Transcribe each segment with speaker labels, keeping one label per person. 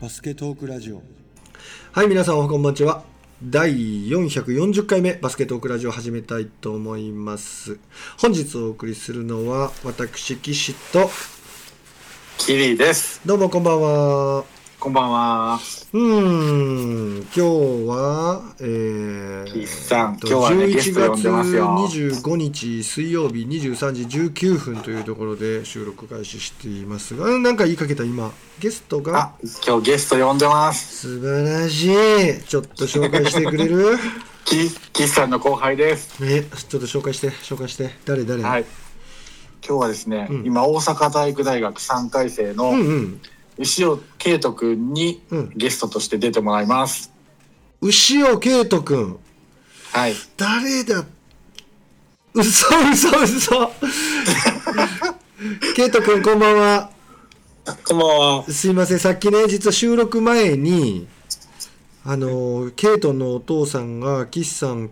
Speaker 1: バスケトークラジオ
Speaker 2: はい、皆さんおはこんばんちは。第440回目バスケットオークラジオを始めたいと思います。本日お送りするのは私岸と
Speaker 3: キリです。
Speaker 2: どうもこんばんは。
Speaker 3: こんばんは。
Speaker 2: うーん、今日はえ
Speaker 3: キリ
Speaker 2: ー、
Speaker 3: さん、
Speaker 2: と
Speaker 3: 今日はね、ゲスト呼んでますよ。
Speaker 2: 11月25日水曜日23時19分というところで収録開始していますが、うんなんか言いかけた今ゲストが
Speaker 3: あ、今日ゲスト呼んでます。
Speaker 2: 素晴らしい。ちょっと紹介してくれる？
Speaker 3: キリ、キリさんの後輩です。
Speaker 2: え、ちょっと紹介して紹介して誰誰？
Speaker 3: はい。今日はですね、
Speaker 2: うん
Speaker 3: 今大阪体育大学3回生
Speaker 2: うん
Speaker 3: の
Speaker 2: うん。
Speaker 3: 牛尾圭人くんに
Speaker 2: うん
Speaker 3: ゲストとして出てもらいます。
Speaker 2: 牛尾圭人くん。
Speaker 3: はい。
Speaker 2: 誰だ嘘嘘 嘘 圭人くんこんばんは。
Speaker 3: こんばんは。
Speaker 2: すいません、さっきね、実は収録前に、あの、ケイトのお父さんが、岸さん、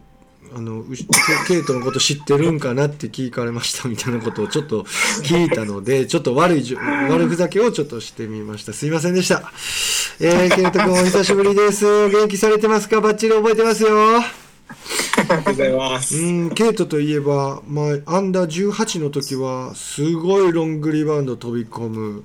Speaker 2: あの、うしケイトのこと知ってるんかなって聞かれましたみたいなことをちょっと聞いたので、 ちょっと悪いじょ、悪ふざけをちょっとしてみました。すいませんでした。えー、ケイト君お久しぶりです。元気されてますかバッチリ覚えてますよ。
Speaker 3: ございま
Speaker 2: う
Speaker 3: す。
Speaker 2: ん、ケイトといえば、まあ、アンダー18の時は、すごいロングリバウンド飛び込む、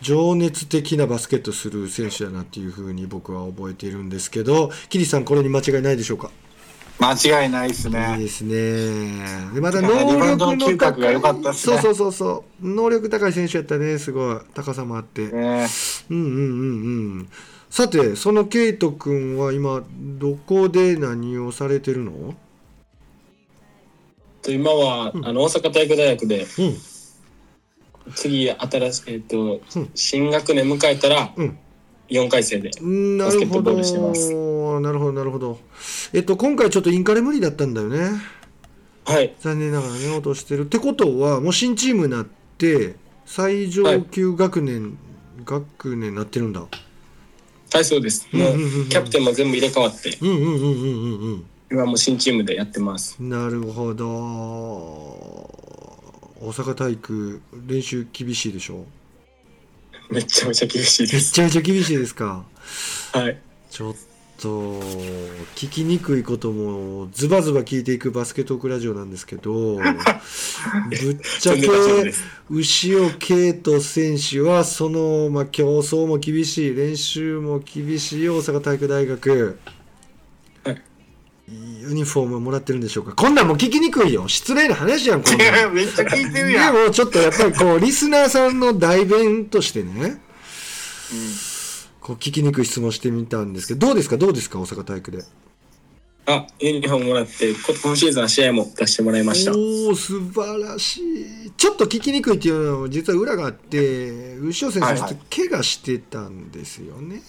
Speaker 2: 情熱的なバスケットする選手だなっていうふうに僕は覚えているんですけど、キリさん、これに間違いないでしょうか。
Speaker 3: 間違いないです
Speaker 2: いい
Speaker 3: ね。
Speaker 2: ですね。でまた能
Speaker 3: リバウ
Speaker 2: 力
Speaker 3: ンドの
Speaker 2: の
Speaker 3: 嗅覚が良かっ
Speaker 2: 高
Speaker 3: た
Speaker 2: い、
Speaker 3: っす
Speaker 2: そう
Speaker 3: ね
Speaker 2: そうそうそう、能力高い選手やったね、すごい、高さもあって。うん
Speaker 3: ね
Speaker 2: うんうんうん。さて、そのケイト君は今、どこで何をされてるの
Speaker 4: と今は、あの大阪体育大学で
Speaker 2: うん、
Speaker 4: 次新しい、えっと
Speaker 2: うん
Speaker 4: 新学年迎えたら
Speaker 2: うん。
Speaker 4: 4回生で
Speaker 2: な
Speaker 4: バスケ
Speaker 2: る
Speaker 4: ッ
Speaker 2: ほ
Speaker 4: トボ
Speaker 2: ど
Speaker 4: ールしてます
Speaker 2: なるほどなるほどえっと今回ちょっとインカレ無理だったんだよね
Speaker 4: はい
Speaker 2: 残念ながらね落としてるってことはもう新チームになって最上級学年、学年になってるんだ
Speaker 4: 体操ですもうキャプテンも全部入れ替わって
Speaker 2: うんうんうんうんうんうん
Speaker 4: 今もう新チームでやってます
Speaker 2: なるほど大阪体育練習厳しいでしょ
Speaker 4: めっちゃめちゃ厳しいで
Speaker 2: め
Speaker 4: す
Speaker 2: ちゃめちゃ厳しいですか
Speaker 4: はい
Speaker 2: ちょっと聞きにくいこともズバズバ聞いていくバスケットークラジオなんですけ どぶっちゃけ
Speaker 4: 全然大丈夫です
Speaker 2: 牛尾圭人選手はその、まあ、競争も厳しい練習も厳しい大阪体育大学、
Speaker 4: はい
Speaker 2: ユニフォームをもらってるんでしょうかこんなんもう聞きにくいよ失礼な話やんこん
Speaker 3: い
Speaker 2: な
Speaker 3: や
Speaker 2: ん
Speaker 3: めっちゃ聞いてるやん。
Speaker 2: でもちょっとやっぱりこうリスナーさんの代弁としてねこう聞きにくい質問してみたんですけどどうですかどうですか大阪体育で
Speaker 4: あユニフォームもらってこ今シーズンの試合も出してもらいました
Speaker 2: おお素晴らしいちょっと聞きにくいっていうのは実は裏があって牛尾選手ちょっ
Speaker 3: はい
Speaker 2: と
Speaker 3: は
Speaker 2: 怪我してたんですよね、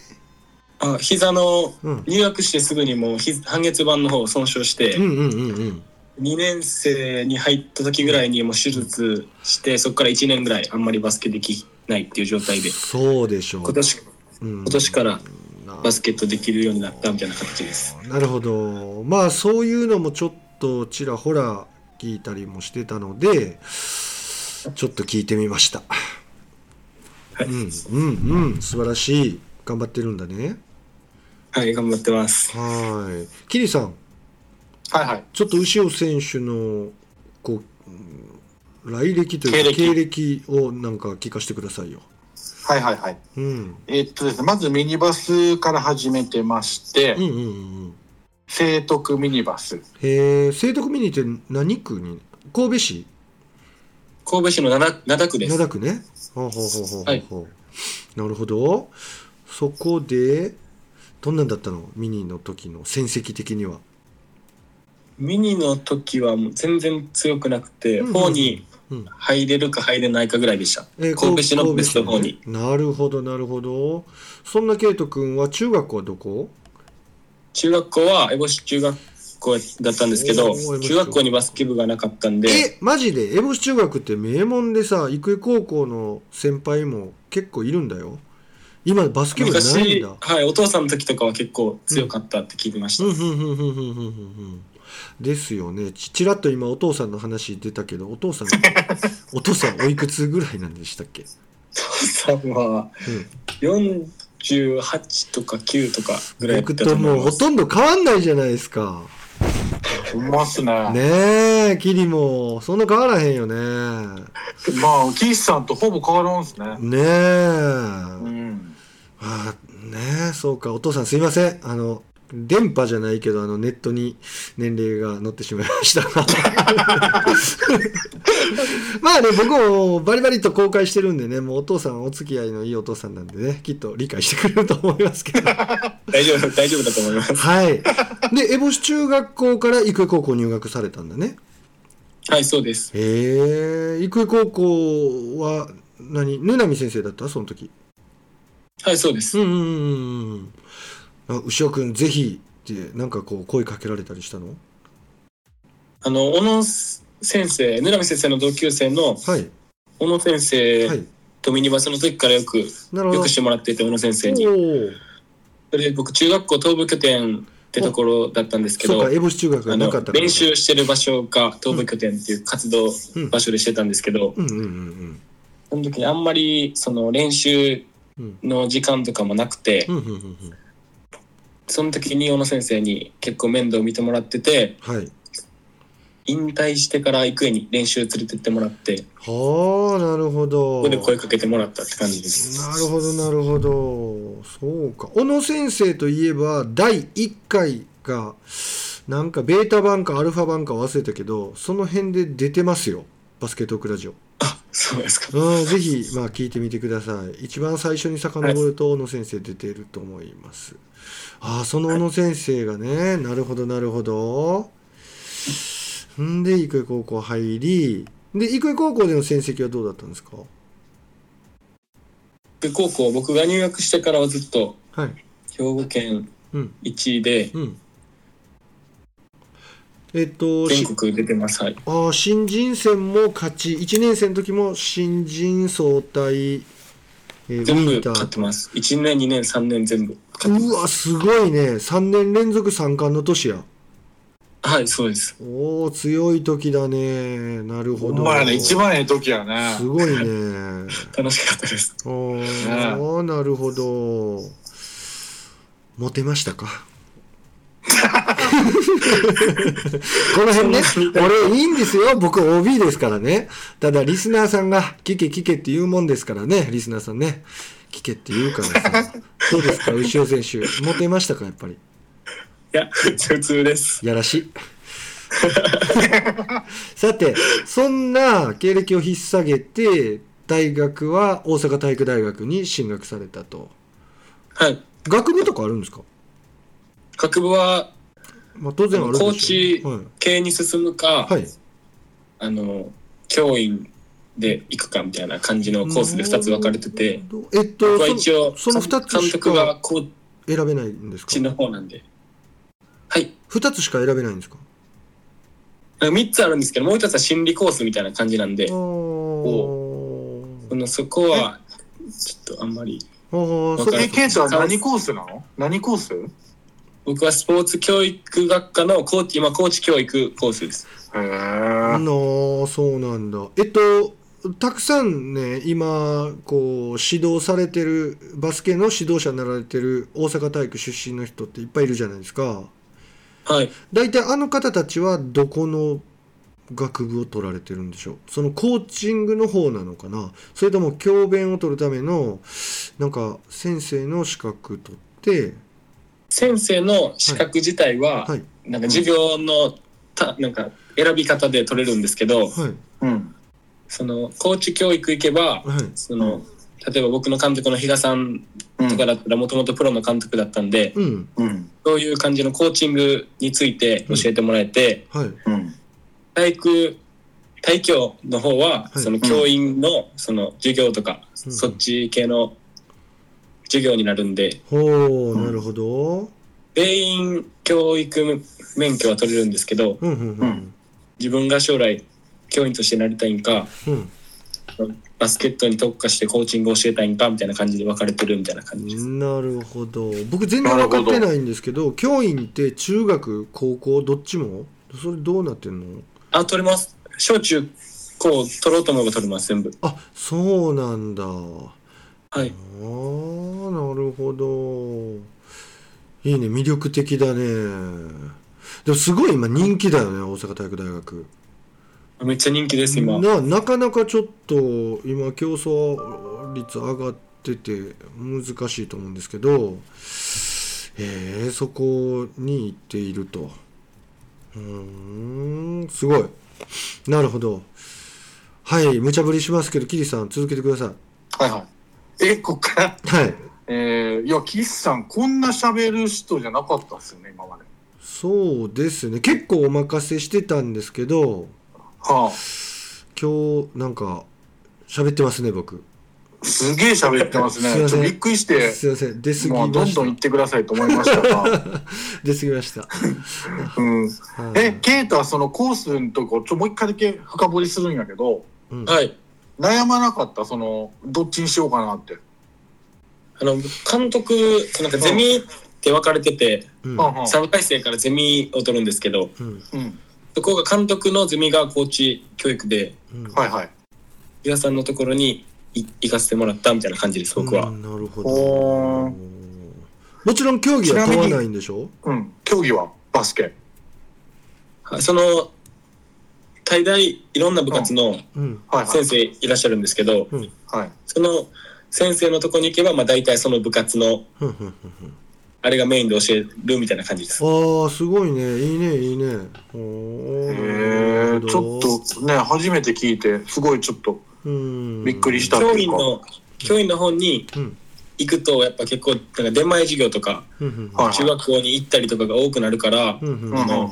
Speaker 4: あ膝の
Speaker 2: うん
Speaker 4: 入学してすぐにもうひ半月板の方を損傷して
Speaker 2: うんうんうんうん
Speaker 4: 2年生に入った時ぐらいにもう手術してそこから1年ぐらいあんまりバスケできないっていう状態で
Speaker 2: そうでしょう
Speaker 4: 今年
Speaker 2: 今
Speaker 4: 今年から
Speaker 2: ら
Speaker 4: バスケットできるようになったみたいな形です。
Speaker 2: なるほどまあそういうのもちょっとちらほら聞いたりもしてたのでちょっと聞いてみました、
Speaker 4: はい
Speaker 2: うんうんうん素晴らしい頑張ってるんだね
Speaker 4: はい、頑張ってます。
Speaker 2: はいキリさん
Speaker 3: はいはい。
Speaker 2: ちょっと牛尾選手のこううん来歴というか経
Speaker 3: 経
Speaker 2: 歴をなんか聞かせてくださいよ
Speaker 3: はいはいはい。
Speaker 2: うん
Speaker 3: えっとですね、まずミニバスから始めてまして、
Speaker 2: うんうんうんうん
Speaker 3: 聖徳ミニバス。
Speaker 2: へえ聖徳ミニって何区に神戸市
Speaker 4: 神戸市の灘灘区です。
Speaker 2: 灘区ね。ほうほうほうほう
Speaker 4: はい
Speaker 2: ほう。なるほど。そこで、どんなんだったのミニの時の戦績的には。
Speaker 4: ミニの時はもう全然強くなくて、
Speaker 2: うんうん
Speaker 4: 4に
Speaker 2: うん
Speaker 4: 入れるか入れないかぐらいでした。
Speaker 2: えー
Speaker 4: 神戸市のベスト
Speaker 2: 神戸
Speaker 4: 4
Speaker 2: 市
Speaker 4: に。
Speaker 2: ねなるほど、なるほど。そんなケイト君は中学校はどこ
Speaker 4: 中学校は江越中学校だったんですけ
Speaker 2: お
Speaker 4: ど、
Speaker 2: ー江越
Speaker 4: 中学校にバスケ部がなかったんで、
Speaker 2: え、マジで烏帽子中学って名門でさ、育英高校の先輩も結構いるんだよ。今、バスケ部ないん
Speaker 4: 昔、
Speaker 2: だ。
Speaker 4: はい、お父さんの時とかは結構強かったって聞いてました。
Speaker 2: うんうんうんうんうんうんうんですよねちちらっと今お父さんの話出たけどお父 さんお父さんおいくつぐらいなんでしたっけ、
Speaker 4: お父さんは
Speaker 2: う
Speaker 4: 4 18とか9とかぐらいだっ
Speaker 2: 僕
Speaker 4: たと
Speaker 2: と
Speaker 4: 思
Speaker 2: も
Speaker 4: いうま
Speaker 2: ほ
Speaker 4: す。
Speaker 2: とんど変わんないじゃないですか。
Speaker 3: ほんまっすね。
Speaker 2: ねえ、キリも、そんな変わらへんよね。
Speaker 3: まあ、岸さんとほぼ変わらんっすね。
Speaker 2: ねえ。
Speaker 3: うん。
Speaker 2: あーねえ、そうか。お父さんすいません。あの、電波じゃないけど、あの、ネットに年齢が載ってしまいました。 まあね、僕もバリバリと公開してるんでね、もうお父さんお付き合いのいいお父さんなんでね、きっと理解してくれると思いますけど。
Speaker 4: 大丈夫、大丈夫だと思います。
Speaker 2: はい。で、烏帽子中学校から育英高校入学されたんだね。
Speaker 4: はい、そうです。
Speaker 2: へえ、育英高校は何、ぬなみ先生だったその時。
Speaker 4: はい、そうです。
Speaker 2: うんうんうんうんあ牛尾君ぜひってなんかこう声かけられたりしたの
Speaker 4: あの、小野先生、ぬらみ先生の同級生の
Speaker 2: はい
Speaker 4: 小野先生、
Speaker 2: はい
Speaker 4: とミニバスの時からよく、よ
Speaker 2: なるほど
Speaker 4: くしてもらっていて、小野先生に。
Speaker 2: おー
Speaker 4: それで僕、中学校東部拠点ってところだったんですけ
Speaker 2: そう
Speaker 4: ど
Speaker 2: か、烏帽子中学
Speaker 4: あ
Speaker 2: がなかっ
Speaker 4: の
Speaker 2: たから
Speaker 4: 練習してる場所が東部拠点っていう活動
Speaker 2: うん
Speaker 4: 場所でしてたんですけど、
Speaker 2: うんうんうん
Speaker 4: その時にあんまりその練習
Speaker 2: うん
Speaker 4: の時間とかもなくて、
Speaker 2: うんうんうんうんうん
Speaker 4: その時に小野先生に結構面倒見てもらってて、
Speaker 2: はい
Speaker 4: 引退してから育英に練習連れてってもらって、
Speaker 2: はあなるほど
Speaker 4: ここで声かけてもらったって感じです。
Speaker 2: なるほどなるほどそうか小野先生といえば第1回がなんかベータ版かアルファ版か忘れたけどその辺で出てますよバスケットオークラジオ
Speaker 4: あ、そうですか。
Speaker 2: うん、ぜひ、まあ、聞いてみてください。一番最初に遡ると、小野先生出てると思います。ああ、その小野先生がね、なるほど、なるほど。んで、育英高校入り、で、育英高校での成績はどうだったんですか
Speaker 4: で高校、僕が入学してからはずっと
Speaker 2: はい。
Speaker 4: 兵庫県
Speaker 2: うん、
Speaker 4: 1位で
Speaker 2: うん。えっと、し
Speaker 4: 全国出てます。はい。
Speaker 2: あー新人戦も勝ち、1年生の時も新人総体、えー
Speaker 4: 全
Speaker 2: ウィ
Speaker 4: 部
Speaker 2: ンター
Speaker 4: 勝ってます。1年、2年、3年全部勝って
Speaker 2: う
Speaker 4: ま
Speaker 2: わすごいね3年連続三冠の年や
Speaker 4: す。はい、そうです。
Speaker 2: おお強い時だねなる
Speaker 3: ほ
Speaker 2: ほど
Speaker 3: んまやね、一番ええ時やね。
Speaker 2: す ごいね
Speaker 4: 楽しかったです。
Speaker 2: おーなるほどモテましたかこの辺ね 俺いいんですよ僕 OB ですからねただリスナーさんが「聞け聞け」って言うもんですからねリスナーさんね「聞け」って言うからさどうですか牛尾選手モテましたかやっぱり
Speaker 4: いや、普通普通です。
Speaker 2: やらし い。さて、そんな経歴を引っ提げて、大学は大阪体育大学に進学されたと。
Speaker 4: はい。
Speaker 2: 学部とかあるんですか、
Speaker 4: 学部は
Speaker 2: まあ、当然あるでしょう。
Speaker 4: 高知
Speaker 2: はい。
Speaker 4: 経営に進むか、
Speaker 2: はい、
Speaker 4: あの、教員で行くかみたいな感じのコースで2つ分かれてて、
Speaker 2: えっと
Speaker 4: 僕は、一応、
Speaker 2: その
Speaker 4: 監
Speaker 2: 二つしか
Speaker 4: 監督がコー
Speaker 2: そ選べないんですか
Speaker 4: チの方なんで。はい。
Speaker 2: ?2 つしか選べないんですか
Speaker 4: 3つあるんですけど、もう1つは心理コースみたいな感じなんで
Speaker 2: あ、ー
Speaker 4: そのそこは、ちょっとあんまり、
Speaker 2: あー。
Speaker 4: わか
Speaker 2: そ
Speaker 4: る
Speaker 3: え、ケンちゃんは何コースなの何コースへ
Speaker 4: 僕はスポーツ教育学科のコーチ、今、コーチ教育コースです。
Speaker 2: な
Speaker 3: え。
Speaker 2: あそうなんだえっとたくさんね今こう指導されてるバスケの指導者になられてる大阪体育出身の人っていっぱいいるじゃないですか
Speaker 4: はい。
Speaker 2: 大体あの方たちはどこの学部を取られてるんでしょうそのコーチングの方なのかなそれとも教鞭を取るためのなんか先生の資格取って
Speaker 4: 先生の資格自体は、
Speaker 2: はい
Speaker 4: なんか授業のたなんか選び方で取れるんですけど
Speaker 2: はい
Speaker 3: うん。
Speaker 4: そのコーチ教育行け
Speaker 2: はい
Speaker 4: ばその例えば僕の監督の比嘉さん
Speaker 3: う
Speaker 4: とか
Speaker 3: ん。
Speaker 4: だったらもともとプロの監督だったんで
Speaker 2: うん
Speaker 3: うん。
Speaker 4: そういう感じのコーチングについて教えてもらえて
Speaker 2: はい
Speaker 3: うん。
Speaker 4: 体育体教の方は
Speaker 2: はい
Speaker 4: その教員のその授業とか
Speaker 2: うん
Speaker 4: そっち系の授業になるんで
Speaker 2: ほうなるほど
Speaker 4: 全員教育免許は取れるんですけど
Speaker 2: うんうんうん
Speaker 4: 自分が将来教員としてなりたいんか
Speaker 2: うん
Speaker 4: バスケットに特化してコーチングを教えたいんかみたいな感じで分かれてるみたいな感じです。
Speaker 2: なるほど僕全然分かってないんですけど教員って中学高校どっちもそれどうなってんの
Speaker 4: あ、取れます。小中高取ろうと思えば取れます、全部。
Speaker 2: あそうなんだ
Speaker 4: はい。
Speaker 2: あーなるほどいいね魅力的だねでもすごい今人気だよね大阪体育大学
Speaker 4: めっちゃ人気です、今。
Speaker 2: ななかなかちょっと今競争率上がってて難しいと思うんですけどえー、そこに行っているとうーんすごいなるほどはい無茶ぶりしますけどキリさん続けてくださ
Speaker 3: はいはい。え、こっから。
Speaker 2: いはい
Speaker 3: えー、いや、岸さん、こんな喋る人じゃなかったですよね、今まで。
Speaker 2: そうですね結構お任せしてたんですけど
Speaker 3: はあ。
Speaker 2: 今日なんか喋ってますね僕
Speaker 3: すげえ喋って ますね。
Speaker 2: すい
Speaker 3: ちょ
Speaker 2: ません
Speaker 3: っとびっくりして、
Speaker 2: すいません出過ぎ
Speaker 3: もうど
Speaker 2: ま
Speaker 3: ん
Speaker 2: し
Speaker 3: どん行ったてくださいと思いました が。
Speaker 2: 出過ぎました、
Speaker 3: うん、
Speaker 2: はい
Speaker 3: え、ケイタはそのコースのとこ、ちょ、もう一回だけ深掘りするんやけど、
Speaker 2: うん
Speaker 4: はい。
Speaker 3: 悩まなかった、その、どっちにしようかなって。
Speaker 4: あの、監督、そのなんかゼミって分かれてて、
Speaker 2: うん
Speaker 3: うんうん
Speaker 4: 3回生からゼミを取るんですけど、
Speaker 2: うん
Speaker 3: うん。
Speaker 4: そこが監督のゼミがコーチ教育で、
Speaker 2: うん
Speaker 3: はいはい。
Speaker 4: 皆さんのところにい行かせてもらったみたいな感じです、僕は。
Speaker 2: うんなるほど
Speaker 3: おー
Speaker 2: もちろん競技は
Speaker 3: ちなみに
Speaker 2: 問わないんでしょ
Speaker 3: うん。競技はバスケ。
Speaker 4: はいその、大大いろんな部活の
Speaker 2: うん
Speaker 3: はいはい
Speaker 4: 先。生いらっしゃるんですけど、
Speaker 3: はい。
Speaker 4: その先生のとこに行けば、まあ大体その部活の
Speaker 2: ふんふんふん
Speaker 4: あれがメインで教えるみたいな感じです。
Speaker 2: ふんああすごいねいいねいいねお
Speaker 3: え
Speaker 2: ーなるほ
Speaker 3: ー、
Speaker 2: ど
Speaker 3: ちょっとね、初めて聞いて、すごいちょっと
Speaker 2: うん
Speaker 3: びっくりした
Speaker 4: 教員の、教員の方に
Speaker 2: うん
Speaker 4: 行くと、やっぱ結構、なんか出前授業とか、
Speaker 2: うんうん
Speaker 3: はい
Speaker 4: 中学校に行ったりとかが多くなるから、
Speaker 2: うんうん
Speaker 3: うんうんうん。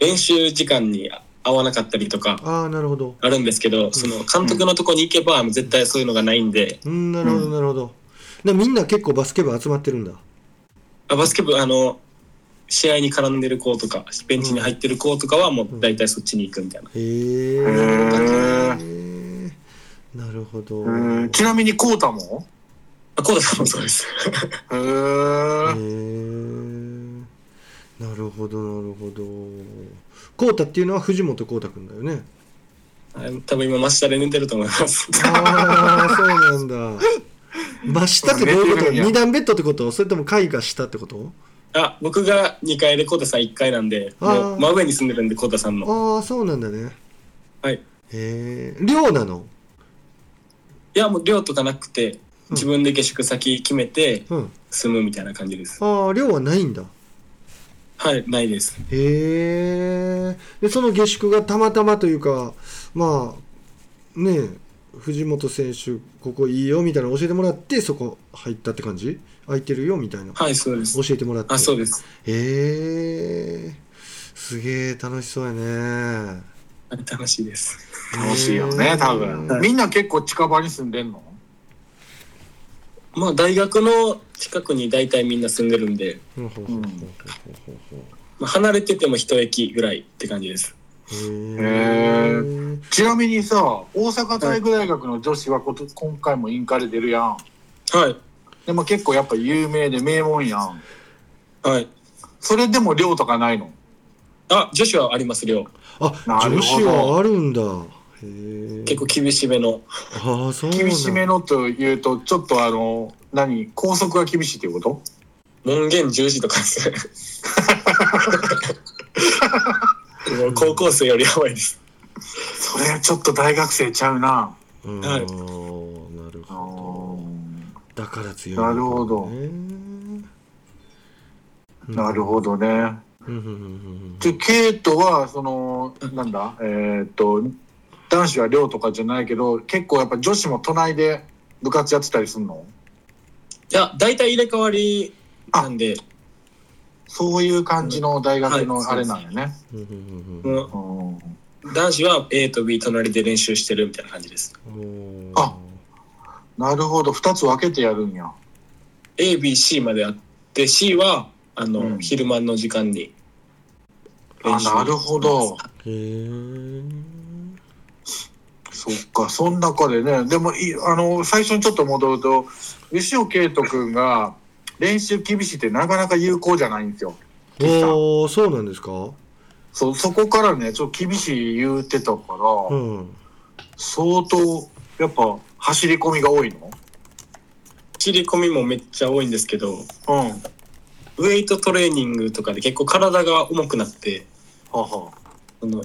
Speaker 4: 練習時間に合わなかったりとか
Speaker 2: ああなるほど
Speaker 4: あるんですけど、その監督のとこに行けば、絶対そういうのがないんで、
Speaker 2: うんなるほどなるほどでみんな結構バスケ部集まってるんだ
Speaker 4: あバスケ部、あの、試合に絡んでる子とか、ベンチに入ってる子とかは、もう大体そっちに行くみたいな。
Speaker 2: へえなるほど
Speaker 3: えー、ちなみにコウタも
Speaker 4: あ、コーダさんもそうです。
Speaker 3: え
Speaker 2: へ
Speaker 3: ー、
Speaker 2: えなるほどなるほどコータっていうのは藤本コータくんだよね
Speaker 4: 多分今、真下で寝てると思います。
Speaker 2: ああそうなんだ 真下ってどういうこ
Speaker 3: 寝てる
Speaker 2: と
Speaker 3: んや
Speaker 2: 二段ベッドってことそれとも階が下ってこと
Speaker 4: あ、僕が2階でコーダさん1階なんで、
Speaker 2: あー
Speaker 4: もう真上に住んでるんで、コーダさんの。
Speaker 2: ああそうなんだね
Speaker 4: はい
Speaker 2: へえ寮なの
Speaker 4: いや、もう寮とかなくて、自分で下宿先決めて
Speaker 2: うん
Speaker 4: 住むみたいな感じです。
Speaker 2: ああ寮はないんだ
Speaker 4: はい、ないです。
Speaker 2: へえでその下宿がたまたまというかまあねえ藤本選手ここいいよみたいなの教えてもらってそこ入ったって感じ空いてるよみたいな
Speaker 4: はい、そうです
Speaker 2: 教。えてもらって
Speaker 4: あ、そうです。
Speaker 2: へえすげえ楽しそうやね
Speaker 4: 楽しいです。
Speaker 3: 楽しいよね、多
Speaker 2: うん
Speaker 3: 分。みんな結構近場に住んでんの
Speaker 4: まあ、大学の近くに大体みんな住んでるんで、
Speaker 2: ほうほうほうほうほうほう
Speaker 4: まあ、離れてても一駅ぐらいって感じです。
Speaker 2: へえ
Speaker 3: ちなみにさ、大阪体育大学の女子はこと今回もインカレ出るやん。
Speaker 4: はい、
Speaker 3: でも結構やっぱ有名で名門やん。
Speaker 4: はい。
Speaker 3: それでも寮とかないの
Speaker 4: あ、女子はあります、寮。
Speaker 2: あ
Speaker 3: なる
Speaker 2: 女
Speaker 3: ほ
Speaker 2: 子
Speaker 3: ど
Speaker 2: はあるんだへえ
Speaker 4: 結構厳しめの。
Speaker 2: ああそうなんだ
Speaker 3: 厳しめのというと、ちょっとあの、何校則が厳しいっていうこと
Speaker 4: 門限10時とかです ね。もう高校生よりやばいです。
Speaker 3: それちょっと大学生ちゃうな。
Speaker 2: うん
Speaker 4: はい
Speaker 2: なるほどだから強い、
Speaker 3: なるほどなる
Speaker 2: ど。
Speaker 3: ほどね。
Speaker 2: うんうんうん
Speaker 3: で、ケイトは、その、なんだ、えーっと、男子は寮とかじゃないけど、結構やっぱ女子も隣で部活やってたりすんの
Speaker 4: いや、大体入れ替わりなんで、
Speaker 3: そういう感じの大学のあれなんよね。
Speaker 2: うんうんうんうん
Speaker 4: もう
Speaker 3: うん
Speaker 4: 男子は A と B 隣で練習してるみたいな感じです。
Speaker 2: おー
Speaker 3: あなるほど、二つ分けてやるんや。
Speaker 4: A、B、C まであって、C は、あの、
Speaker 3: うん
Speaker 4: 昼間の時間に
Speaker 3: あ、なるほど。
Speaker 2: へえ。
Speaker 3: そっか、そん中でね、でもい、あの、最初にちょっと戻ると、吉尾圭人君が、練習厳しいってなかなか有効じゃないんですよ。岸さん
Speaker 2: おお、そうなんですか。
Speaker 3: そそこからね、ちょっと厳しい言うてたから、
Speaker 2: うん。
Speaker 3: 相当、やっぱ、走り込みが多いの
Speaker 4: 走り込みもめっちゃ多いんですけど、
Speaker 3: うん。は
Speaker 4: ウェイトトレーニングとかで結構体が重くなって、
Speaker 3: あはあ。
Speaker 4: その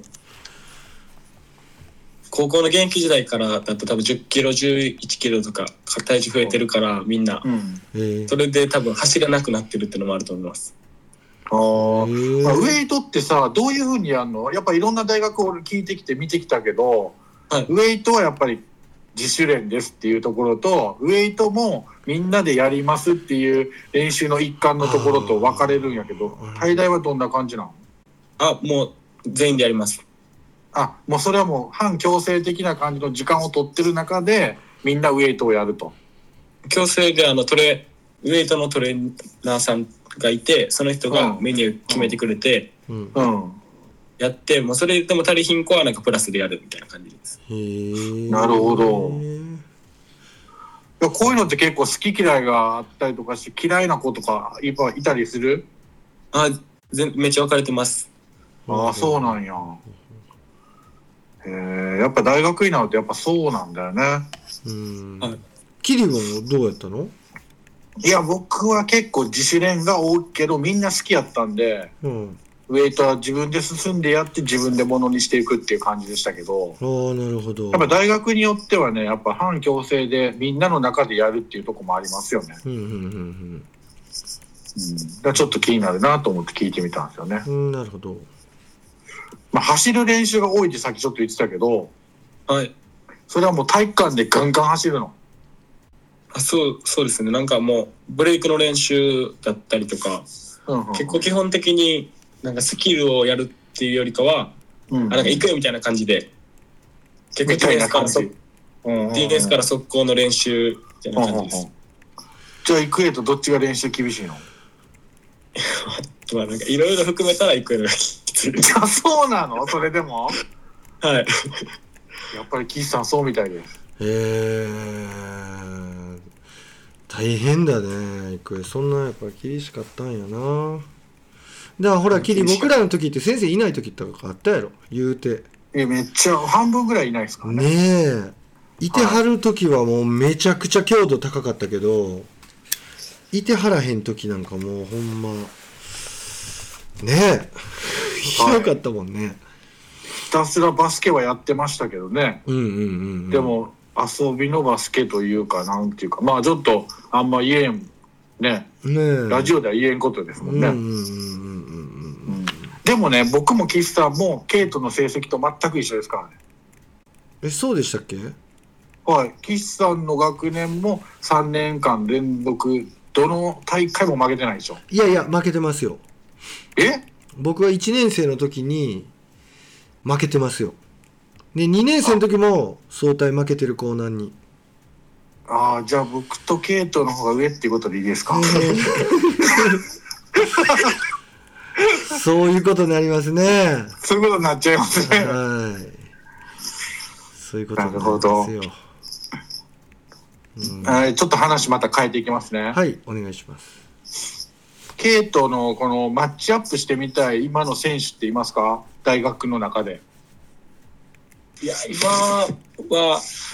Speaker 4: 高校の現役時代からだと多分10キロ11キロとか体重増えてるからみんな
Speaker 3: うん。
Speaker 2: えー
Speaker 4: それで多分走れなくなってるってのもあると思います
Speaker 3: あー
Speaker 2: へえ
Speaker 3: まあウェイトってさどういうふうにやるのやっぱいろんな大学を聞いてきて見てきたけど、
Speaker 4: はい
Speaker 3: ウェイトはやっぱり自主練ですっていうところとウェイトもみんなでやりますっていう練習の一環のところと分かれるんやけど
Speaker 2: あー
Speaker 3: 大大はどんな感じなの
Speaker 4: あもう全員でやります
Speaker 3: あもうそれはもう反強制的な感じの時間を取ってる中でみんなウェイトをやると。
Speaker 4: 強制であのトレウェイトのトレーナーさんがいてその人がメニュー決めてくれて
Speaker 2: うん
Speaker 3: うん、
Speaker 4: やってもうそれでも足りひん子はなんかプラスでやるみたいな感じです
Speaker 2: へえ
Speaker 3: なるほどいやこういうのって結構好き嫌いがあったりとかして嫌いな子とかいっぱいいたりする
Speaker 4: あ全めっちゃ分かれてます
Speaker 3: ああそうなんや。へえやっぱ大学になるとやっぱそうなんだよね。
Speaker 2: うん
Speaker 4: はい
Speaker 2: キリゴンどうやったの
Speaker 3: いや僕は結構自主練が多いけどみんな好きやったんで
Speaker 2: うん
Speaker 3: ウェイトは自分で進んでやって自分でものにしていくっていう感じでしたけど
Speaker 2: ああなるほど
Speaker 3: やっぱ大学によってはねやっぱ反強制でみんなの中でやるっていうとこもありますよね。
Speaker 2: うんうんうん
Speaker 3: うん、だからちょっと気になるなと思って聞いてみたんですよね。
Speaker 2: うんうんなるほど
Speaker 3: まあ、走る練習が多いってさっきちょっと言ってたけど
Speaker 4: はい
Speaker 3: それはもう体育館でガンガン走るの。
Speaker 4: あそうそうですねなんかもうブレイクの練習だったりとか
Speaker 3: うんうん
Speaker 4: 結構基本的になんかスキルをやるっていうよりかは、
Speaker 3: うん、
Speaker 4: あなんか行くよみたいな感じで結構
Speaker 3: みたい
Speaker 4: DNS
Speaker 3: な
Speaker 4: か
Speaker 3: 感
Speaker 4: ら
Speaker 3: じ。
Speaker 4: そ
Speaker 3: うんうんうん
Speaker 4: DNS から速攻の練習みたいな感じです、
Speaker 3: じゃあ、育英とどっちが練習厳しいの
Speaker 4: まあなんかいろいろ含めたら行くよりはきつ い
Speaker 3: あ、そうなのそれでも
Speaker 4: はい
Speaker 3: やっぱり岸さんそうみたいです。
Speaker 2: えー、大変だね郁恵そんなやっぱ厳しかったんやなだからほらキリ僕らの時って先生いない時とかあったやろ言うて
Speaker 3: え、めっちゃ半分ぐらいいないですからね。
Speaker 2: ねえいてはる時はもうめちゃくちゃ強度高かったけどいてはらへん時なんかもうほんまねえひどかったもんね、
Speaker 3: ひたすらバスケはやってましたけどね。
Speaker 2: うんうんうん、うん、
Speaker 3: でも、遊びのバスケというか、なんていうか、まあちょっと、あんま言えん、ね、
Speaker 2: ねえ
Speaker 3: ラジオでは言えんことですも
Speaker 2: うんん
Speaker 3: ね。
Speaker 2: うんうんうんうんうん
Speaker 3: でもね、僕も岸さんも、ケイトの成績と全く一緒ですからね。
Speaker 2: えそうでしたっけ
Speaker 3: はい、岸さんの学年も3年間連続、どの大会も負けてないでしょ。
Speaker 2: いやいや負けてますよ
Speaker 3: え
Speaker 2: 僕は1年生の時に負けてますよで2年生の時も相対負けてる江南に
Speaker 3: ああ、じゃあ僕とケイトの方が上っていうことでいいですか、
Speaker 2: そういうことになりますね
Speaker 3: そういうことになっちゃいますね。
Speaker 2: はいそういうことになりますよ、うん
Speaker 3: はい、ちょっと話また変えていきますね。
Speaker 2: はいお願いします
Speaker 3: ケイトのこのマッチアップしてみたい今の選手っていますか大学の中で。
Speaker 4: いや今は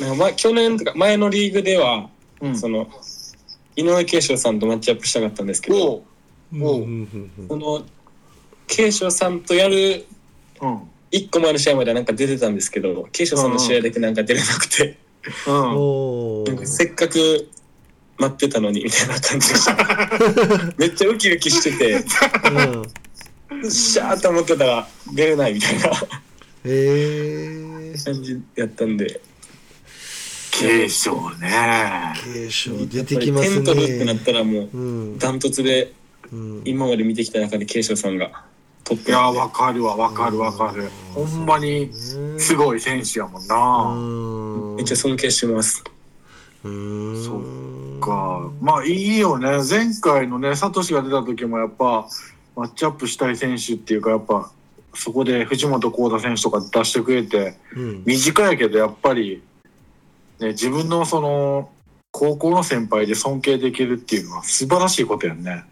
Speaker 4: なんか、ま、去年とか前のリーグでは、
Speaker 3: うん
Speaker 4: その井上慶翔さんとマッチアップしたかったんですけど
Speaker 3: おうお
Speaker 2: うんうんう
Speaker 3: う
Speaker 2: んうん
Speaker 4: その慶翔さんとやる
Speaker 3: うん。
Speaker 4: 一個前の試合まではなんか出てたんですけど、慶翔さんの試合だけなんか出れなくて、
Speaker 3: うん。
Speaker 2: お
Speaker 4: なんか
Speaker 2: ー
Speaker 4: せっかく待ってたのにみたいな感 じでした。めっちゃウキウキしてて、
Speaker 2: うん
Speaker 4: シャーと思ってたら出れないみたいな
Speaker 2: えー、
Speaker 4: 感じやったんで、
Speaker 3: ケイショウね。
Speaker 2: 継承
Speaker 4: や
Speaker 2: 出
Speaker 4: ってぱ
Speaker 2: き
Speaker 4: り
Speaker 2: ます
Speaker 4: 点取るってなっ
Speaker 2: ね
Speaker 4: たらも
Speaker 2: う
Speaker 4: う
Speaker 2: ん
Speaker 4: ダントツで
Speaker 2: うん
Speaker 4: 今まで見てきた中で慶翔さんが取っ
Speaker 3: い
Speaker 4: て
Speaker 3: や、
Speaker 4: たんで
Speaker 3: わかるわ、わかるわかる。ほんまにすごい選手やもんな。
Speaker 4: めっちゃ尊敬してます。
Speaker 2: うん
Speaker 3: そ
Speaker 2: っ
Speaker 3: かまあいいよね。前回のね、サトシが出た時もやっぱマッチアップしたい選手っていうかやっぱそこで藤本幸太選手とか出してくれて。
Speaker 2: うん
Speaker 3: 短いけどやっぱり、ね、自分のその高校の先輩で尊敬できるっていうのは素晴らしいことやんね。
Speaker 4: あ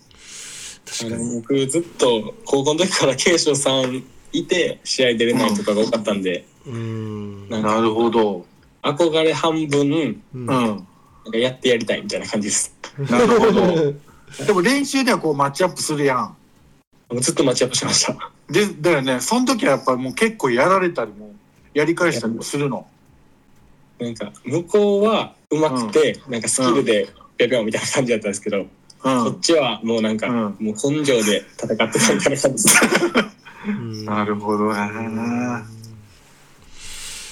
Speaker 2: 確か
Speaker 4: の
Speaker 2: に
Speaker 4: 僕ずっと高校の時から慶翔さんいて試合出れないとかが多かったんで、
Speaker 2: うん
Speaker 4: なんか
Speaker 3: なるほど。
Speaker 4: 憧れ半分
Speaker 2: うん
Speaker 3: うん。
Speaker 4: なんかやってやりたいみたいな感じです。
Speaker 3: なるほど。でも練習ではこうマッチアップするやん。
Speaker 4: もうずっとマッチアップしました。
Speaker 3: で、だよね。その時はやっぱもう結構やられたりも、やり返したりもするの。
Speaker 4: なんか、向こうは上手くて、なんかスキルで、ぴょぴょみたいな感じだったんですけど、
Speaker 3: う
Speaker 4: こ
Speaker 3: ん
Speaker 4: っ。ちはもうなんか、
Speaker 3: うん
Speaker 4: もう根性で戦ってたみたいな感じです。
Speaker 2: うん
Speaker 3: なるほどね。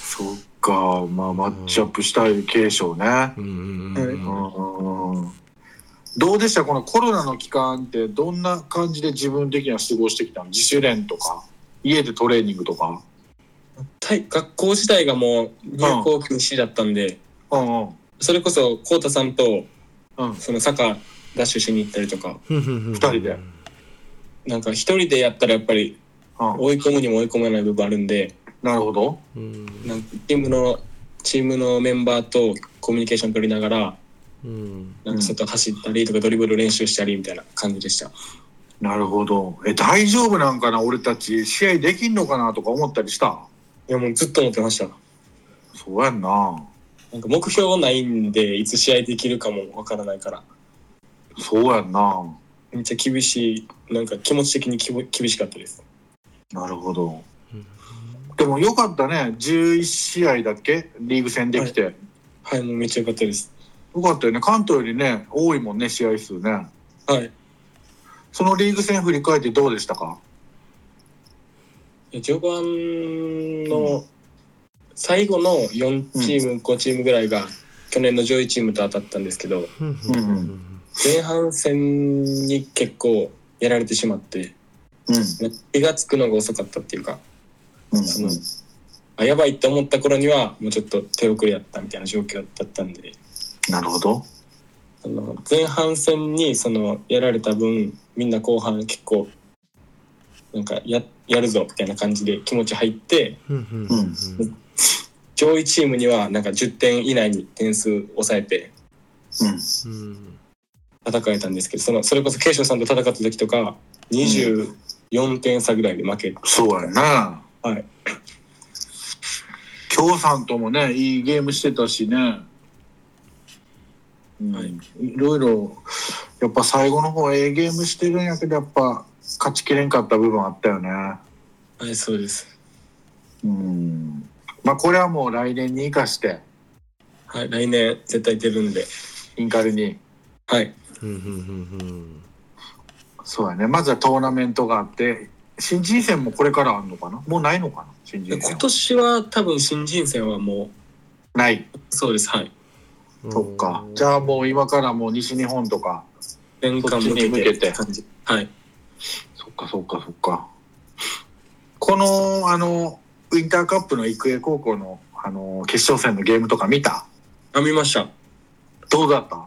Speaker 3: そっか。まあ、マッチアップしたい継承ね。
Speaker 2: うんうん
Speaker 4: は
Speaker 2: う
Speaker 4: い
Speaker 3: うんん。どうでしたこのコロナの期間ってどんな感じで自分的には過ごしてきたの自主練とか家でトレーニングとか
Speaker 4: はい学校自体がもう入校禁止だったんで、
Speaker 3: うんうん
Speaker 4: それこそ、こうたさんと、
Speaker 3: うん
Speaker 4: そのサッカーダッシュしに行ったりとか、
Speaker 2: うんうんうん
Speaker 3: 二人で
Speaker 4: なんか一人でやったらやっぱり
Speaker 3: うん
Speaker 4: 追い込むにも追い込めない部分あるんで、
Speaker 3: なるほど
Speaker 2: うん
Speaker 4: なんかチームの、チームのメンバーとコミュニケーション取りながら、
Speaker 2: うん
Speaker 4: なんか外走ったりとかドリブル練習したりみたいな感じでした。
Speaker 3: なるほどえ大丈夫なんかな俺たち試合できんのかなとか思ったりした
Speaker 4: いやもうずっと思ってました。
Speaker 3: そうやんな
Speaker 4: なんか目標ないんで、いつ試合できるかもわからないから、
Speaker 3: そうやんな
Speaker 4: めっちゃ厳しい、なんか気持ち的にきぼ厳しかったです。
Speaker 3: なるほど
Speaker 2: うん
Speaker 3: でもよかったね11試合だっけリーグ戦できて、
Speaker 4: はい、もうめっちゃ良かったです。
Speaker 3: よかったよね関東よりね多いもんね試合数ね
Speaker 4: はい。
Speaker 3: そのリーグ戦振り返ってどうでしたか
Speaker 4: え序盤の最後の4チーム、5チームぐらいが去年の上位チームと当たったんですけど
Speaker 2: うんうん
Speaker 4: 前半戦に結構やられてしまって
Speaker 3: うん、
Speaker 4: 気がつくのが遅かったっていうか
Speaker 3: うん
Speaker 4: そのあやばいって思った頃にはもうちょっと手遅れやったみたいな状況だったんで
Speaker 3: なるほど
Speaker 4: その前半戦にそのやられた分みんな後半結構なんかややるぞみたいな感じで気持ち入って
Speaker 2: うんうんうんうん
Speaker 4: 上位チームにはなんか10点以内に点数抑えて
Speaker 3: うん
Speaker 2: うん
Speaker 4: 戦えたんですけどそのそれこそ慶翔さんと戦った時とか24点差ぐらいで負け
Speaker 3: そうやな
Speaker 4: はい
Speaker 3: 京さんともねいいゲームしてたしね、うん
Speaker 4: はい
Speaker 3: い、ろいろやっぱ最後の方ええゲームしてるんやけどやっぱ勝ちきれんかった部分あったよね
Speaker 4: はいそうです、
Speaker 3: うんまあこれはもう来年に生かして
Speaker 4: はい、来年絶対出るんで
Speaker 3: インカレに
Speaker 4: はい
Speaker 2: うんうんうん
Speaker 3: そうやねまずはトーナメントがあって新人戦もこれからあるのかなもうないのかな新人
Speaker 4: 今
Speaker 3: 戦は
Speaker 4: 年は多分新人戦はも
Speaker 3: ない、
Speaker 4: うそうですはい
Speaker 2: うん
Speaker 3: そっかじゃあもう今からもう西日本とか
Speaker 4: 年間向け
Speaker 3: そっちに
Speaker 4: て
Speaker 3: 向けて
Speaker 4: 感じはい
Speaker 3: そっかそっかそっか。この、あの、ウィンターカップの育英高校の、あの、決勝戦のゲームとか見た
Speaker 4: あ見ました
Speaker 3: どうだった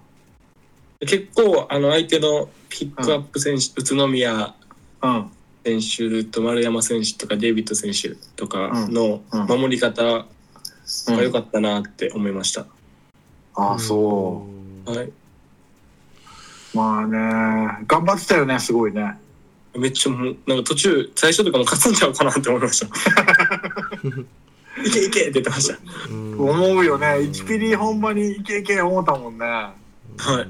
Speaker 4: 結構あの相手のピックアップ選手、宇都宮
Speaker 3: うん。
Speaker 4: 選手と丸山選手とかデイビッド選手とかの
Speaker 3: うん
Speaker 4: 守り方、が良かったなって思いました。
Speaker 3: ああ、そ
Speaker 4: はい。
Speaker 3: う。まあね、頑張ってたよね、すごいね。
Speaker 4: めっちゃもう、なんか途中、最初とかも勝つんちゃうかなって思いま した。いけいけって言ってました。
Speaker 2: うん
Speaker 3: 思うよね。1ピリほんまにいけいけ思ったもんね。
Speaker 4: はい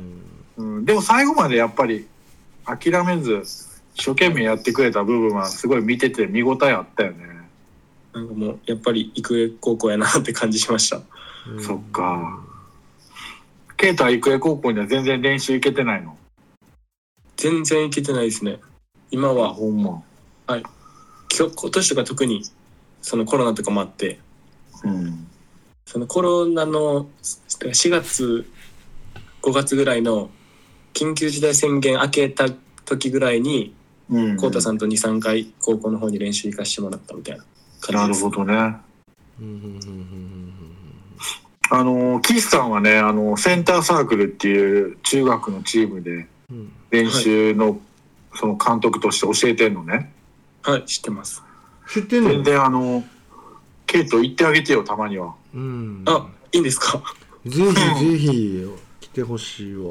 Speaker 3: うん。でも最後までやっぱり、諦めず、一生懸命やってくれた部分は、すごい見てて見応えあったよね。
Speaker 4: なんかもう、やっぱり育英高校やなって感じしました。
Speaker 2: うん
Speaker 3: そっかケイタは育英高校には全然練習行けてないの
Speaker 4: 全然いけてないですね。今
Speaker 3: あ、
Speaker 4: は、
Speaker 3: ほんま。
Speaker 4: 今日、今年とか特に、そのコロナとかもあって、
Speaker 3: うん。
Speaker 4: そのコロナの4月、5月ぐらいの緊急事態宣言明けた時ぐらいに、
Speaker 3: うん。
Speaker 4: コウタさんと2、3回高校の方に練習行かしてもらったみたいな
Speaker 3: な
Speaker 4: 感じ
Speaker 3: る
Speaker 4: です。
Speaker 3: ほどね。あ
Speaker 2: うんうんうん
Speaker 3: の、岸さんはね、あの、センターサークルっていう中学のチームで
Speaker 2: うんうん
Speaker 3: 練習の、その監督として教えてんのね。
Speaker 4: はい、知ってます。
Speaker 2: 知ってん
Speaker 3: 全
Speaker 2: の
Speaker 3: 然あの、ケイト行ってあげてよ、たまには。
Speaker 2: うん
Speaker 4: あ、いいんですか
Speaker 2: ぜひぜひ来てほしいわ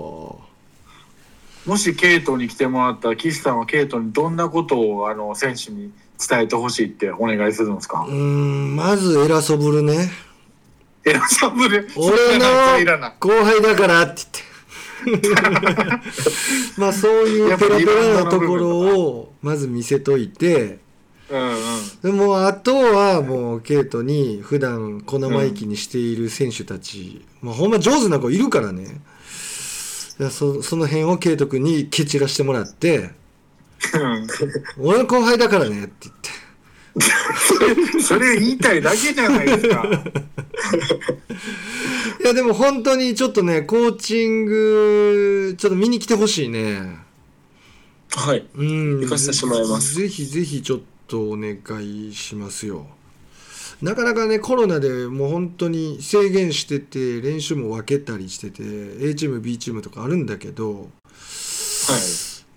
Speaker 3: もしケイトに来てもらったら、岸さんはケイトにどんなことを、あの、選手に伝えてほしいってお願いするんですか
Speaker 2: うーんまず偉そぶるね
Speaker 3: え、サブで、
Speaker 2: 俺の
Speaker 3: それいらない、
Speaker 2: 後輩だからって言って まあそういうペラペラなところをまず見せといて
Speaker 3: うんうん。
Speaker 2: でもあとはもうケイトに普段小生意気にしている選手たち、まあ、ほんま上手な子いるからねいやそその辺をケイト君に蹴散らしてもらって
Speaker 3: うん
Speaker 2: 「俺の後輩だからね」って言って
Speaker 3: それ言いたいだけじゃな いですか。
Speaker 2: いやでも本当にちょっとねコーチングちょっと見に来てほしいね
Speaker 4: はい。
Speaker 2: うん
Speaker 4: 行かせてもらいます
Speaker 2: ぜひぜひちょっとお願いしますよなかなかねコロナでもう本当に制限してて練習も分けたりしてて A チーム B チームとかあるんだけど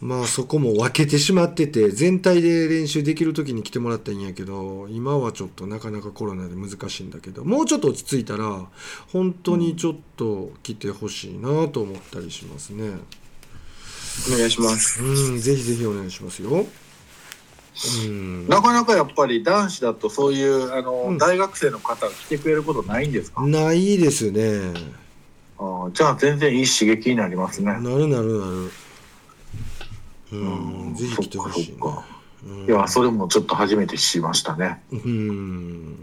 Speaker 2: まあそこも分けてしまってて全体で練習できる時に来てもらったんやけど今はちょっとなかなかコロナで難しいんだけどもうちょっと落ち着いたら本当にちょっと来てほしいなと思ったりしますね
Speaker 4: お願いします。
Speaker 2: うんぜひぜひお願いしますようん
Speaker 3: なかなかやっぱり男子だとそういうあの、
Speaker 2: うん
Speaker 3: 大学生の方が来てくれることないんですか、
Speaker 2: ないですね。
Speaker 3: あーじゃあ全然いい刺激になりますね。
Speaker 2: なるなるなる。うん、
Speaker 3: うん
Speaker 2: ぜひ来てほしいね
Speaker 3: そっか
Speaker 2: うん
Speaker 3: いや、それもちょっと初めて知りましたね。
Speaker 2: うん。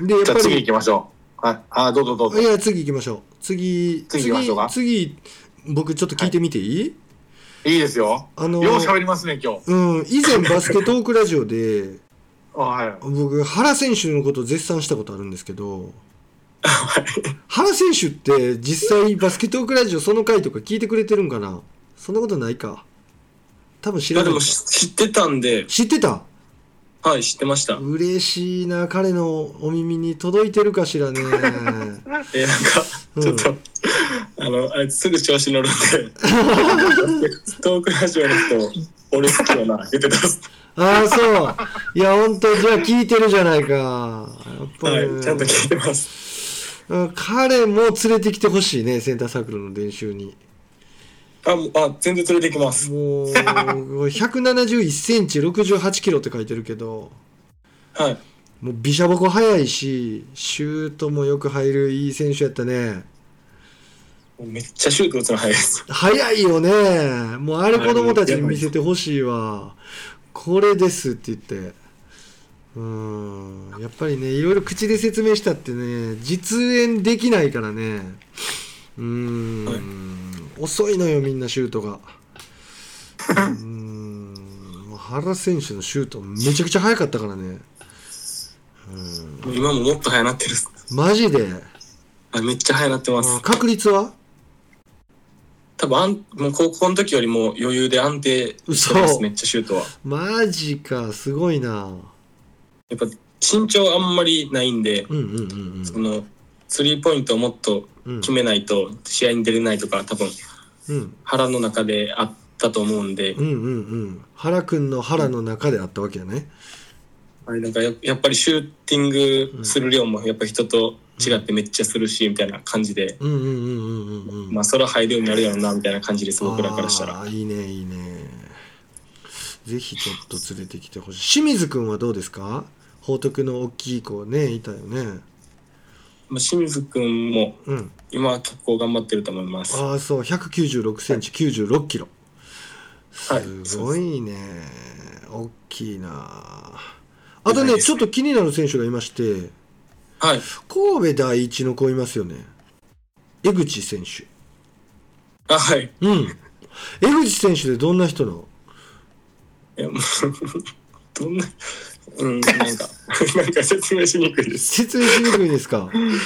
Speaker 2: で、やっ
Speaker 3: じゃあ
Speaker 2: ぱ
Speaker 3: 次行
Speaker 2: り、
Speaker 3: きましょう。はい。あー、どうぞどうぞ
Speaker 2: い。や、次行きましょう。次、
Speaker 3: 次行きましょうか
Speaker 2: 次、次僕ちょっと聞いてみていい、
Speaker 3: いいですよ。
Speaker 2: あの、
Speaker 3: よう喋りますね、今日。
Speaker 2: うん、以前バスケトークラジオで、
Speaker 3: あはい。
Speaker 2: 僕、原選手のことを絶賛したことあるんですけ ど、原選手って実際バスケトークラジオその回とか聞いてくれてるんかなそんなことないか。多分知
Speaker 4: い
Speaker 2: ら
Speaker 4: や、
Speaker 2: な
Speaker 4: で
Speaker 2: いか
Speaker 4: も。し知ってたんで、
Speaker 2: 知ってた
Speaker 4: はい、知ってました。
Speaker 2: 嬉しいな彼のお耳に届いてるかしらね
Speaker 4: えーなんか、
Speaker 2: うん
Speaker 4: ちょっと、 あの、あいつすぐ調子乗るん で、トークラジオの人、俺好きよな、言ってたっす。
Speaker 2: ああそういや本当じゃあ聞いてるじゃないかやっぱ
Speaker 4: は
Speaker 2: ね
Speaker 4: い、ちゃんと聞いてます。
Speaker 2: うん彼も連れてきてほしいねセンターサークルの練習に
Speaker 4: あ、もうあ全然連れてきます。
Speaker 2: もう171センチ68キロって書いてるけど
Speaker 4: はい。
Speaker 2: もうびしゃぼこ速いしシュートもよく入るいい選手やったね
Speaker 4: もうめっちゃシュート打つの早いです。
Speaker 2: 早いよねもうあれ子供たちに見せてほしいわこれですって言ってうんやっぱりねいろいろ口で説明したってね実演できないからねうん、
Speaker 4: はい
Speaker 2: 遅いのよみんなシュートがうんもう原選手のシュートめちゃくちゃ速かったからねうん
Speaker 4: 今ももっと早なってるっす。
Speaker 2: マジで
Speaker 4: あめっちゃ早なってます。
Speaker 2: 確率は
Speaker 4: 多分あんもう高校の時よりも余裕で安定してま
Speaker 2: 嘘
Speaker 4: す、めっちゃシュートは。
Speaker 2: マジかすごいな
Speaker 4: やっぱ身長あんまりないんで、
Speaker 2: うんうんうん
Speaker 4: その、スリーポイントをもっと
Speaker 2: うんうん
Speaker 4: 決めないと、試合に出れないとか、多分
Speaker 2: うん
Speaker 4: 腹の中であったと思うんで、
Speaker 2: うんうんうん原くんの腹の中であったわけやね
Speaker 4: はい、なんかややっぱりシューティングする量もやっぱ人と違ってめっちゃするしみたいな感じで、
Speaker 2: うんうんうんうんうんうん
Speaker 4: まあそれは入るようになるやろなみたいな感じです僕らからしたら
Speaker 2: あーいいねいいねぜひちょっと連れてきてほしい清水くんはどうですか報徳の大きい子ねいたよね
Speaker 4: まあ清水君も
Speaker 2: うん
Speaker 4: 今は結構頑張ってると思います
Speaker 2: ああそう1 9 6センチ9 6キロ
Speaker 4: はい
Speaker 2: すごいね大きいなあと
Speaker 4: でかい
Speaker 2: ね
Speaker 4: です
Speaker 2: ちょっと気になる選手がいまして
Speaker 4: はい
Speaker 2: 神戸第一の子いますよね江口選手
Speaker 4: あはい
Speaker 2: うん。江口選手でどんな人なの
Speaker 4: いやもう どんなうんなんか なんか説明しにくい です
Speaker 2: 説明しにくいですか、
Speaker 4: はいなんか、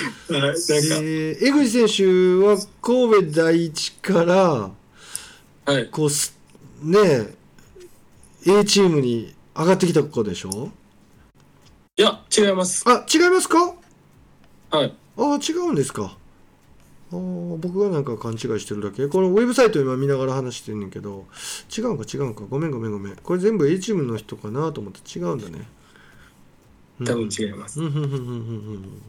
Speaker 2: えー江口選手は神戸第一から、
Speaker 4: はい
Speaker 2: こうす、ねえ、A チームに上がってきた子でしょ
Speaker 4: いや違います
Speaker 2: あ、違いますか
Speaker 4: はい
Speaker 2: ああ、違うんですか。あー僕がなんか勘違いしてるだけこのウェブサイト今見ながら話してんねんけど違うんか違うんかごめんごめんごめんこれ全部 A チームの人かなと思って違うんだねうん
Speaker 4: 多分違います、
Speaker 2: うんうんうんうんうんうんうん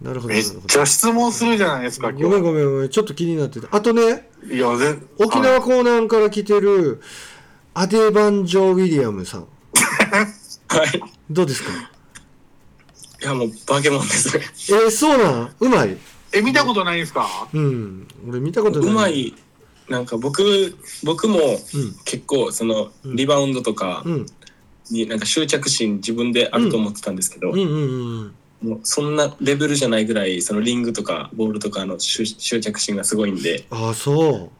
Speaker 2: なるほど
Speaker 3: め
Speaker 2: な
Speaker 3: っ
Speaker 2: るほど
Speaker 3: ちゃ質問するじゃないですか、
Speaker 2: ご
Speaker 3: 今
Speaker 2: めんごめんごめんちょっと気になってたあとね
Speaker 3: 日。いや、ぜ
Speaker 2: 沖
Speaker 3: はい
Speaker 2: 縄港南から来てるアデバンジョ・ウィリアムさん
Speaker 4: はい
Speaker 2: どうですか
Speaker 4: いやもう化け物ですね
Speaker 2: えー、そうなんうまい
Speaker 3: え、見たことないんですか
Speaker 2: うん、俺見たことない。
Speaker 4: うま。い、なんか僕、僕も結構その
Speaker 2: うん
Speaker 4: リバウンドとか
Speaker 2: うん、うん、
Speaker 4: になんか執着心自分であると思ってたんですけど、
Speaker 2: うん、うん、うん。
Speaker 4: もうそんなレベルじゃないぐらいそのリングとかボールとかの執執着心がすごいんで、
Speaker 2: ああ、そ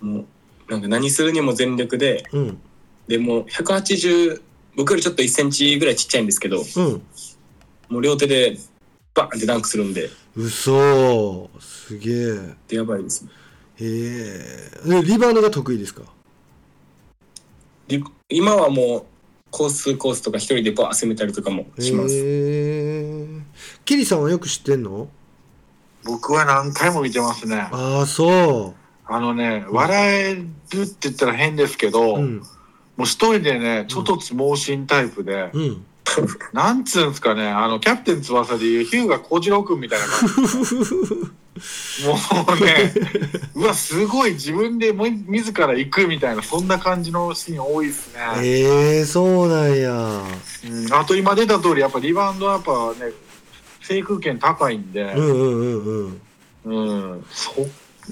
Speaker 4: もうなんか何するにも全力で、
Speaker 2: う。うん、
Speaker 4: でもう180、僕よりちょっと1センチぐらいちっちゃいんですけど、
Speaker 2: うん。
Speaker 4: もう両手でバーンってダンクするんで、
Speaker 2: 嘘すげえ。
Speaker 4: でやばいですね。
Speaker 2: へえ。でリバウンドが得意ですか
Speaker 4: リ今はもうコースコースとか一人でバー攻めたりとかもします。
Speaker 2: へえ。キリさんはよく知ってんの
Speaker 3: 僕は何回も見てますね。
Speaker 2: ああ、そ
Speaker 3: あのね、笑えるって言ったら変ですけど、
Speaker 2: う。うん、
Speaker 3: もう一人でね、ちょっと盲信タイプで、
Speaker 2: うん。
Speaker 3: なんつうんすかね、あの、キャプテン翼でいうヒューガ小次郎君みたいな感じ。も うね、うわ、すごい自分でもい自ら行くみたいな、そんな感じのシーン多いです ね。
Speaker 2: ええ、そうなんや。
Speaker 3: うんあと今出た通り、やっぱリバウンドはやっぱね、制空権高いんで
Speaker 2: う、ん、うん、うん、うん。
Speaker 3: うん、そ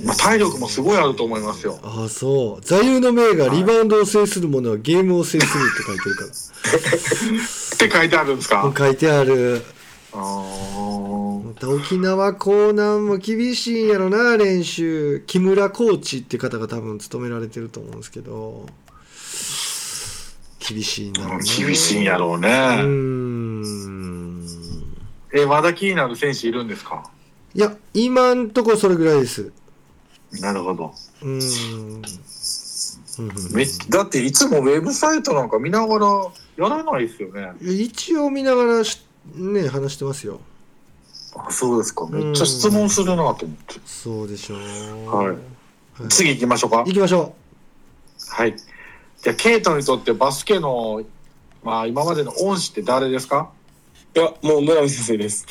Speaker 3: まあ体力もすごいあると思いますよ。
Speaker 2: ああ、そう。座右の銘が
Speaker 3: はい
Speaker 2: リバウンドを制する者はゲームを制するって書いてるから。
Speaker 3: って書いてあるんです
Speaker 2: も
Speaker 3: か
Speaker 2: う書いてある。
Speaker 3: あー
Speaker 2: また沖縄江南も厳しいんやろな練習木村コーチって方が多分務められてると思うんですけど厳しいんだろうな
Speaker 3: 厳しいんやろう
Speaker 2: うー
Speaker 3: ね。
Speaker 2: ん
Speaker 3: え、まだ気になる選手いるんですか
Speaker 2: いや今んとこそれぐらいです
Speaker 3: なるほど。
Speaker 2: うーんうん
Speaker 3: めだっていつもウェブサイトなんか見ながらやらないですよね。
Speaker 2: 一応見ながらしね話してますよ
Speaker 3: あそうですか。
Speaker 2: ん
Speaker 3: めっちゃ質問するなと思って。
Speaker 2: そうでしょう
Speaker 3: はい
Speaker 2: はい
Speaker 3: 次行きましょうか
Speaker 2: 行。きましょ
Speaker 3: はい。じゃあ、ケイトにとってバスケの、まあ、今までの恩師って誰ですか
Speaker 4: いや、もう村上先生です。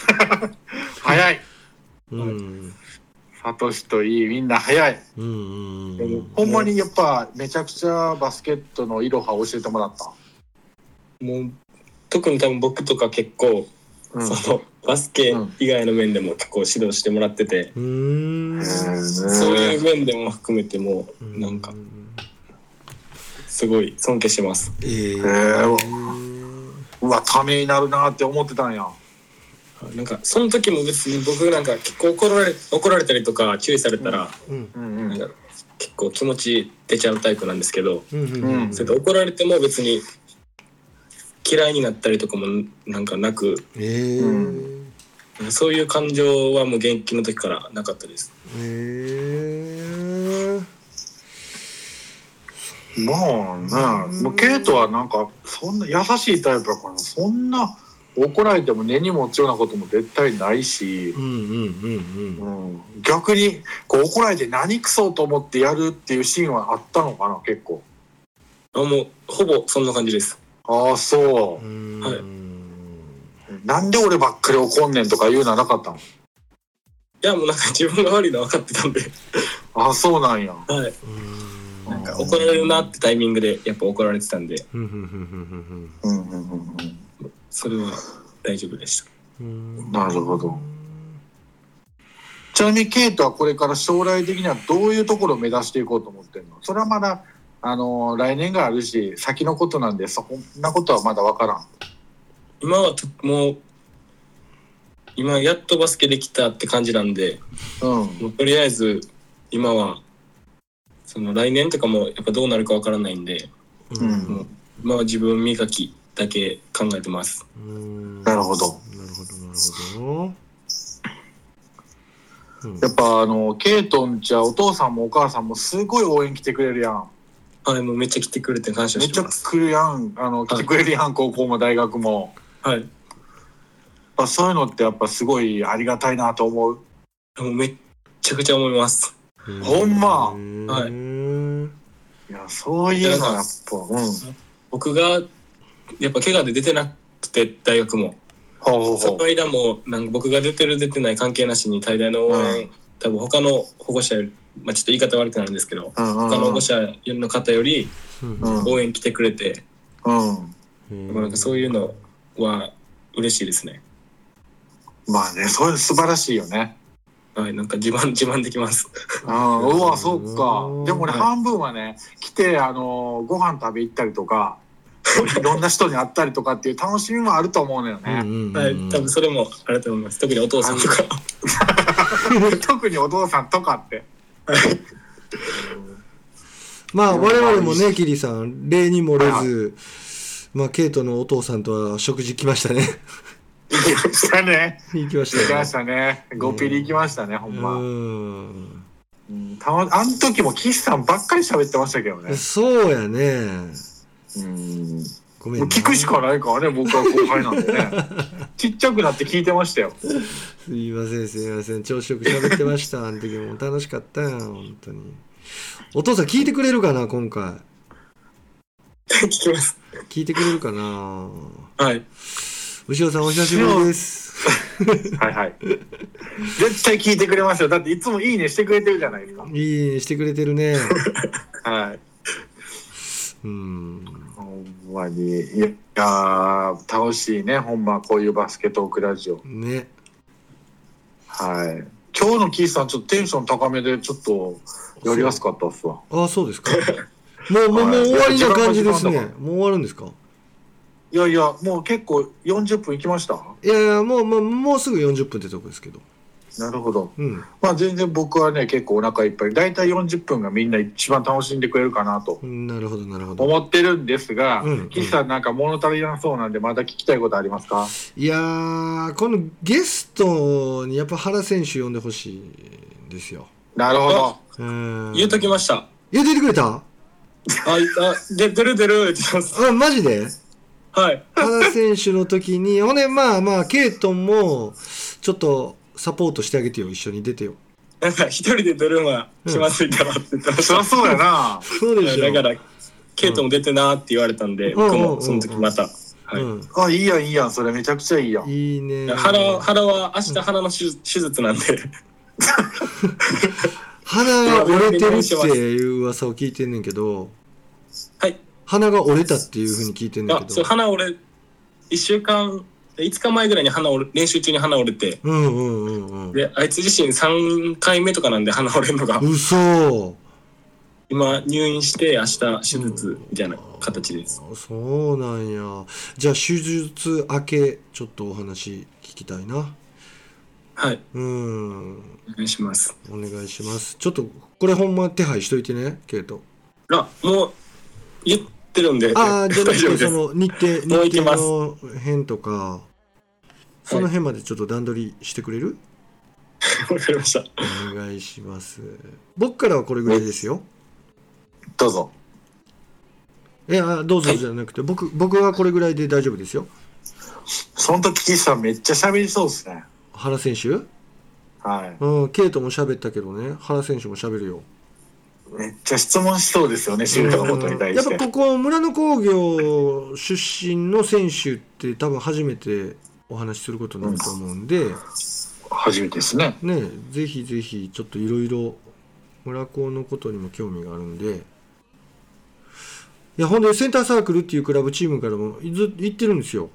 Speaker 3: 早い。
Speaker 2: ううん
Speaker 3: サトシといい、みんな早い。
Speaker 2: うんうんう
Speaker 4: でも
Speaker 2: ん
Speaker 3: ほんまにやっぱ、めちゃくちゃバスケットのイロハを教えてもらった。
Speaker 4: もう特に多分僕とか結構、
Speaker 3: うん。
Speaker 4: そのバスケ以外の面でも結構指導してもらってて、
Speaker 2: うーん
Speaker 4: そう
Speaker 3: そう
Speaker 4: い
Speaker 3: いう
Speaker 4: 面でも含めてもうなんかすごい尊敬してます。
Speaker 2: えー、
Speaker 3: うわ、ためになるなって思ってたんや。
Speaker 4: なんかその時も別に僕なんか結構怒られ怒られたりとか注意されたら、
Speaker 2: うん
Speaker 3: うんうん。
Speaker 4: なんか結構気持ち出ちゃうタイプなんですけど、
Speaker 2: うんうん
Speaker 3: うん
Speaker 4: それで怒られても別に嫌いになったりとかもなんかなく
Speaker 2: えー
Speaker 3: う
Speaker 4: そういう感情はもう現役の時からなかったです。
Speaker 2: えー
Speaker 3: まあね、もうケイトはなんか、そんな優しいタイプだから、そんな怒られても根に持つようなことも絶対ないし
Speaker 2: う、んうんうんうん
Speaker 3: うん、逆にこう怒られて何くそと思ってやるっていうシーンはあったのかな、結構。
Speaker 4: あもうほぼそんな感じです。
Speaker 3: ああ、そうう。
Speaker 2: ん
Speaker 4: はい
Speaker 3: なんで俺ばっかり怒んねんとか言うのはなかったの
Speaker 4: いやもうなんか自分が悪いの分かってたんで、
Speaker 3: ああ、そうなんや。
Speaker 4: はい、
Speaker 2: うん
Speaker 3: なん
Speaker 4: なんか怒られるなってタイミングでやっぱ怒られてたんで
Speaker 2: うんうんうん
Speaker 3: うんうんうん
Speaker 4: それは大丈夫でした。
Speaker 2: うん
Speaker 3: うん。なるほど。ちなみにケイトはこれから将来的にはどういうところを目指していこうと思ってるのそれはまだ、あのー来年があるし、先のことなんで、そんなことはまだわからん。
Speaker 4: 今はともう今やっとバスケできたって感じなんで
Speaker 3: うん。
Speaker 4: もうとりあえず今はその来年とかもやっぱどうなるか分からないんで
Speaker 2: う
Speaker 3: うん
Speaker 4: もう今は自分磨きだけ考えてます。
Speaker 2: うん
Speaker 3: なるほど
Speaker 2: なるほどなるほどうん
Speaker 3: やっぱあの、ケイトンちゃお父さんもお母さんもすごい応援来てくれるやん。
Speaker 4: はい、もうめっちゃ来てくれて感謝
Speaker 3: めっ
Speaker 4: し
Speaker 3: ち
Speaker 4: て
Speaker 3: ゃ
Speaker 4: ます。
Speaker 3: 来るやん。あの、来てくれるやん、高校も大学も。
Speaker 4: はい、
Speaker 3: やっぱそういうのってやっぱすごいありがたいなと思う。
Speaker 4: もうめっちゃくちゃ思います。
Speaker 3: ほんま
Speaker 4: はい
Speaker 2: うん
Speaker 3: いや、そういうのはやっぱ、うん。
Speaker 4: 僕がやっぱ怪我で出てなくて大学も
Speaker 3: ほうほう
Speaker 4: そ
Speaker 3: ほ
Speaker 4: の間もなんか僕が出てる出てない関係なしに大大の応援、
Speaker 3: うん
Speaker 4: 多分他の保護者より、まあ、ちょっと言い方悪くなるんですけど
Speaker 3: う。うんうん
Speaker 4: 他の保護者の方より
Speaker 2: うん
Speaker 3: うん
Speaker 4: 応援来てくれて、
Speaker 3: うん。うん
Speaker 4: なんかそういうのは嬉しいですね。
Speaker 3: まあね、そういうの素晴らしいよね。
Speaker 4: はい、なんか自慢、自慢できます。
Speaker 3: ああ、うわ、そっ
Speaker 2: うん
Speaker 3: か。でも俺、
Speaker 4: はい
Speaker 3: 半分はね、来て、あのーご飯食べ行ったりと か、いろんな人に会ったりとかっていう楽しみもあると思うのよ
Speaker 2: うんう
Speaker 3: ね。
Speaker 2: んうん
Speaker 4: はい、多分それもあると思います。特にお父さんとか。
Speaker 3: 特にお父さんとかって。
Speaker 2: まあ
Speaker 3: うん
Speaker 2: 我々もねキリさん例にもれず、まあ、ケイトのお父さんとは食事来ましたね
Speaker 3: 行きましたね。
Speaker 2: 行きま
Speaker 3: 行
Speaker 2: し
Speaker 3: き
Speaker 2: た
Speaker 3: ま
Speaker 2: ね
Speaker 3: したね。5ピリ行きましたね、ほ
Speaker 2: うんん
Speaker 3: ま。うんたま、あの時も岸さんばっかり喋ってましたけどね。
Speaker 2: そうやね
Speaker 3: うん
Speaker 2: ごめん
Speaker 3: もう
Speaker 2: な
Speaker 3: 聞くしかないからね、僕は後輩なんで ね。ちっちゃくなって聞いてましたよ。
Speaker 2: すいませんすいません調子よく喋ってましたあの時も楽しかったよ本当にお父さん聞いてくれるかな今回
Speaker 4: 聞きます。
Speaker 2: 聞いてくれるかな
Speaker 4: はい。
Speaker 2: 牛尾さんお久しぶりです
Speaker 3: はいはい。絶対聞いてくれますよ。だっていつもいいねしてくれてるじゃないですか。
Speaker 2: いいねしてくれてる ね
Speaker 3: はい。
Speaker 2: うん
Speaker 3: ほんまに。いやー、楽しいね、ほんま、こういうバスケトークラジオ。
Speaker 2: ね
Speaker 3: はい。今日のキースさん、ちょっとテンション高めで、ちょっと、やりやすかったっすわ。
Speaker 2: あそうですかもうもうもう終わりな感じですねもう終わるんですか
Speaker 3: いやいや、もう結構40分いきました
Speaker 2: いやいやもうもうもうすぐ40分ってとこですけど
Speaker 3: なるほど。
Speaker 2: うん
Speaker 3: まあ全然僕はね、結構お腹いっぱい。だいたい40分がみんな一番楽しんでくれるかなと
Speaker 2: うんなるほどなるほど
Speaker 3: 思ってるんですが、
Speaker 2: うん
Speaker 3: 岸さんなんか物足りなそうなんで、また聞きたいことありますか
Speaker 2: いやーこのゲストにやっぱ原選手呼んでほしいんですよ
Speaker 3: なるほど。
Speaker 2: うん
Speaker 4: 言うときました。
Speaker 2: いや出てくれた
Speaker 4: あ、いあ、で、出る出るって言ってます。
Speaker 2: あマジで
Speaker 4: はい。
Speaker 2: 原選手の時にほんでまあまあケイトンもちょっとサポートしてあげてよ一緒に出てよ
Speaker 4: なんか一人でドルーンは気まずいからって言ってまし
Speaker 3: そ
Speaker 4: た。
Speaker 3: りゃそうやな。
Speaker 2: そうでしょ
Speaker 4: だから、ケイトも出てなーって言われたんで、
Speaker 2: うん
Speaker 4: 僕もその時また。はい
Speaker 2: うん、
Speaker 3: あ、いいやん、いいやん。それめちゃくちゃいいやん。
Speaker 2: いいね
Speaker 4: 腹腹は明日腹の手術手術なんで、
Speaker 2: 鼻が折れてるっていう噂を聞いてんねんけど
Speaker 4: はい
Speaker 2: 鼻が折れたっていうふうに聞いてんねん
Speaker 4: あ
Speaker 2: け
Speaker 4: そう
Speaker 2: ど
Speaker 4: 鼻折れ1週間5日前ぐらいに鼻折れ練習中に鼻折れて
Speaker 2: うんうんうんうん
Speaker 4: であいつ自身3回目とかなんで鼻折れるのが
Speaker 2: 嘘
Speaker 4: 今入院して明日手術みたいな形です
Speaker 2: あそうなんやじゃあ手術明けちょっとお話聞きたいな
Speaker 4: はい
Speaker 2: うん
Speaker 4: お願いします
Speaker 2: お願いしますちょっとこれほんま手配しといてねケイト
Speaker 4: あもう言ってるんで
Speaker 2: ああ、じゃなく
Speaker 4: 大丈
Speaker 2: て、
Speaker 4: 夫です
Speaker 2: その日程、
Speaker 4: もう行
Speaker 2: 日
Speaker 4: きます
Speaker 2: 程の辺とか、その辺までちょっと段取りしてくれ る、
Speaker 4: わかりました
Speaker 2: お願いします。僕からはこれぐらいですよ。
Speaker 3: どうぞ。
Speaker 2: いや、どうぞ
Speaker 4: はい
Speaker 2: じゃなくて、僕、僕はこれぐらいで大丈夫ですよ。
Speaker 3: その時、岸さんめっちゃ喋りそうですね。
Speaker 2: 原選手
Speaker 3: はい。
Speaker 2: うん、ケイトも喋ったけどね、原選手も喋るよ。
Speaker 3: めっちゃ質問しそうですよね、シュートのことに対
Speaker 2: やっ
Speaker 3: し
Speaker 2: ぱ
Speaker 3: て。
Speaker 2: ここ、村野工業出身の選手って多分初めてお話しすることになると思うんで、
Speaker 3: 初めてですね。
Speaker 2: ねぜひぜひちょっといろいろ村高のことにも興味があるんでいやほんでセンターサークルっていうクラブチームからもず行ってるんですよ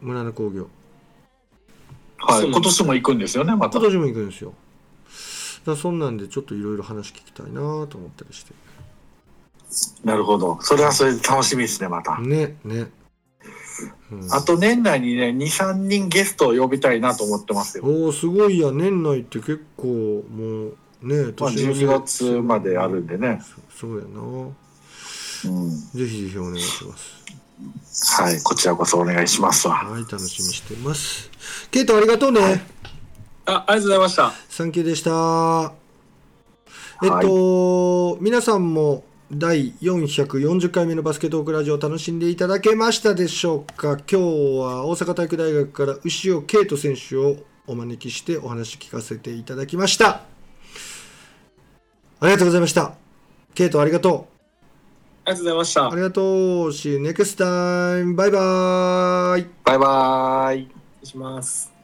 Speaker 2: 村の工業
Speaker 3: は
Speaker 4: そう
Speaker 3: い。今年も行くんですよね、また
Speaker 2: 今。年も行くんですよだからそんなんでちょっといろいろ話聞きたいなと思ったりして
Speaker 3: なるほど。それはそれで楽しみですね、また。
Speaker 2: ねね、うん、
Speaker 3: あと年内にね、2、3人ゲストを呼びたいなと思ってますよ。
Speaker 2: おおすごいや年内って結構もうね
Speaker 3: ま
Speaker 2: の
Speaker 3: あ、12月まであるんでね。
Speaker 2: そうやな
Speaker 3: うん。
Speaker 2: ぜひぜひお願いします
Speaker 3: はい。こちらこそお願いしますわ。
Speaker 2: はい、楽しみにしてます。ケイトありがとうね。
Speaker 4: あありがとうございました
Speaker 2: サンキューでした。えっと、皆さんも第440回目のバスケットークラジオを楽しんでいただけましたでしょうか今日は大阪体育大学から牛尾圭斗選手をお招きしてお話聞かせていただきました。ありがとうございました。ケイトありがとう。
Speaker 4: ありがとうございました
Speaker 2: ありがとう。See you next time. バイバイ。
Speaker 3: バイバーイ。
Speaker 4: 失礼します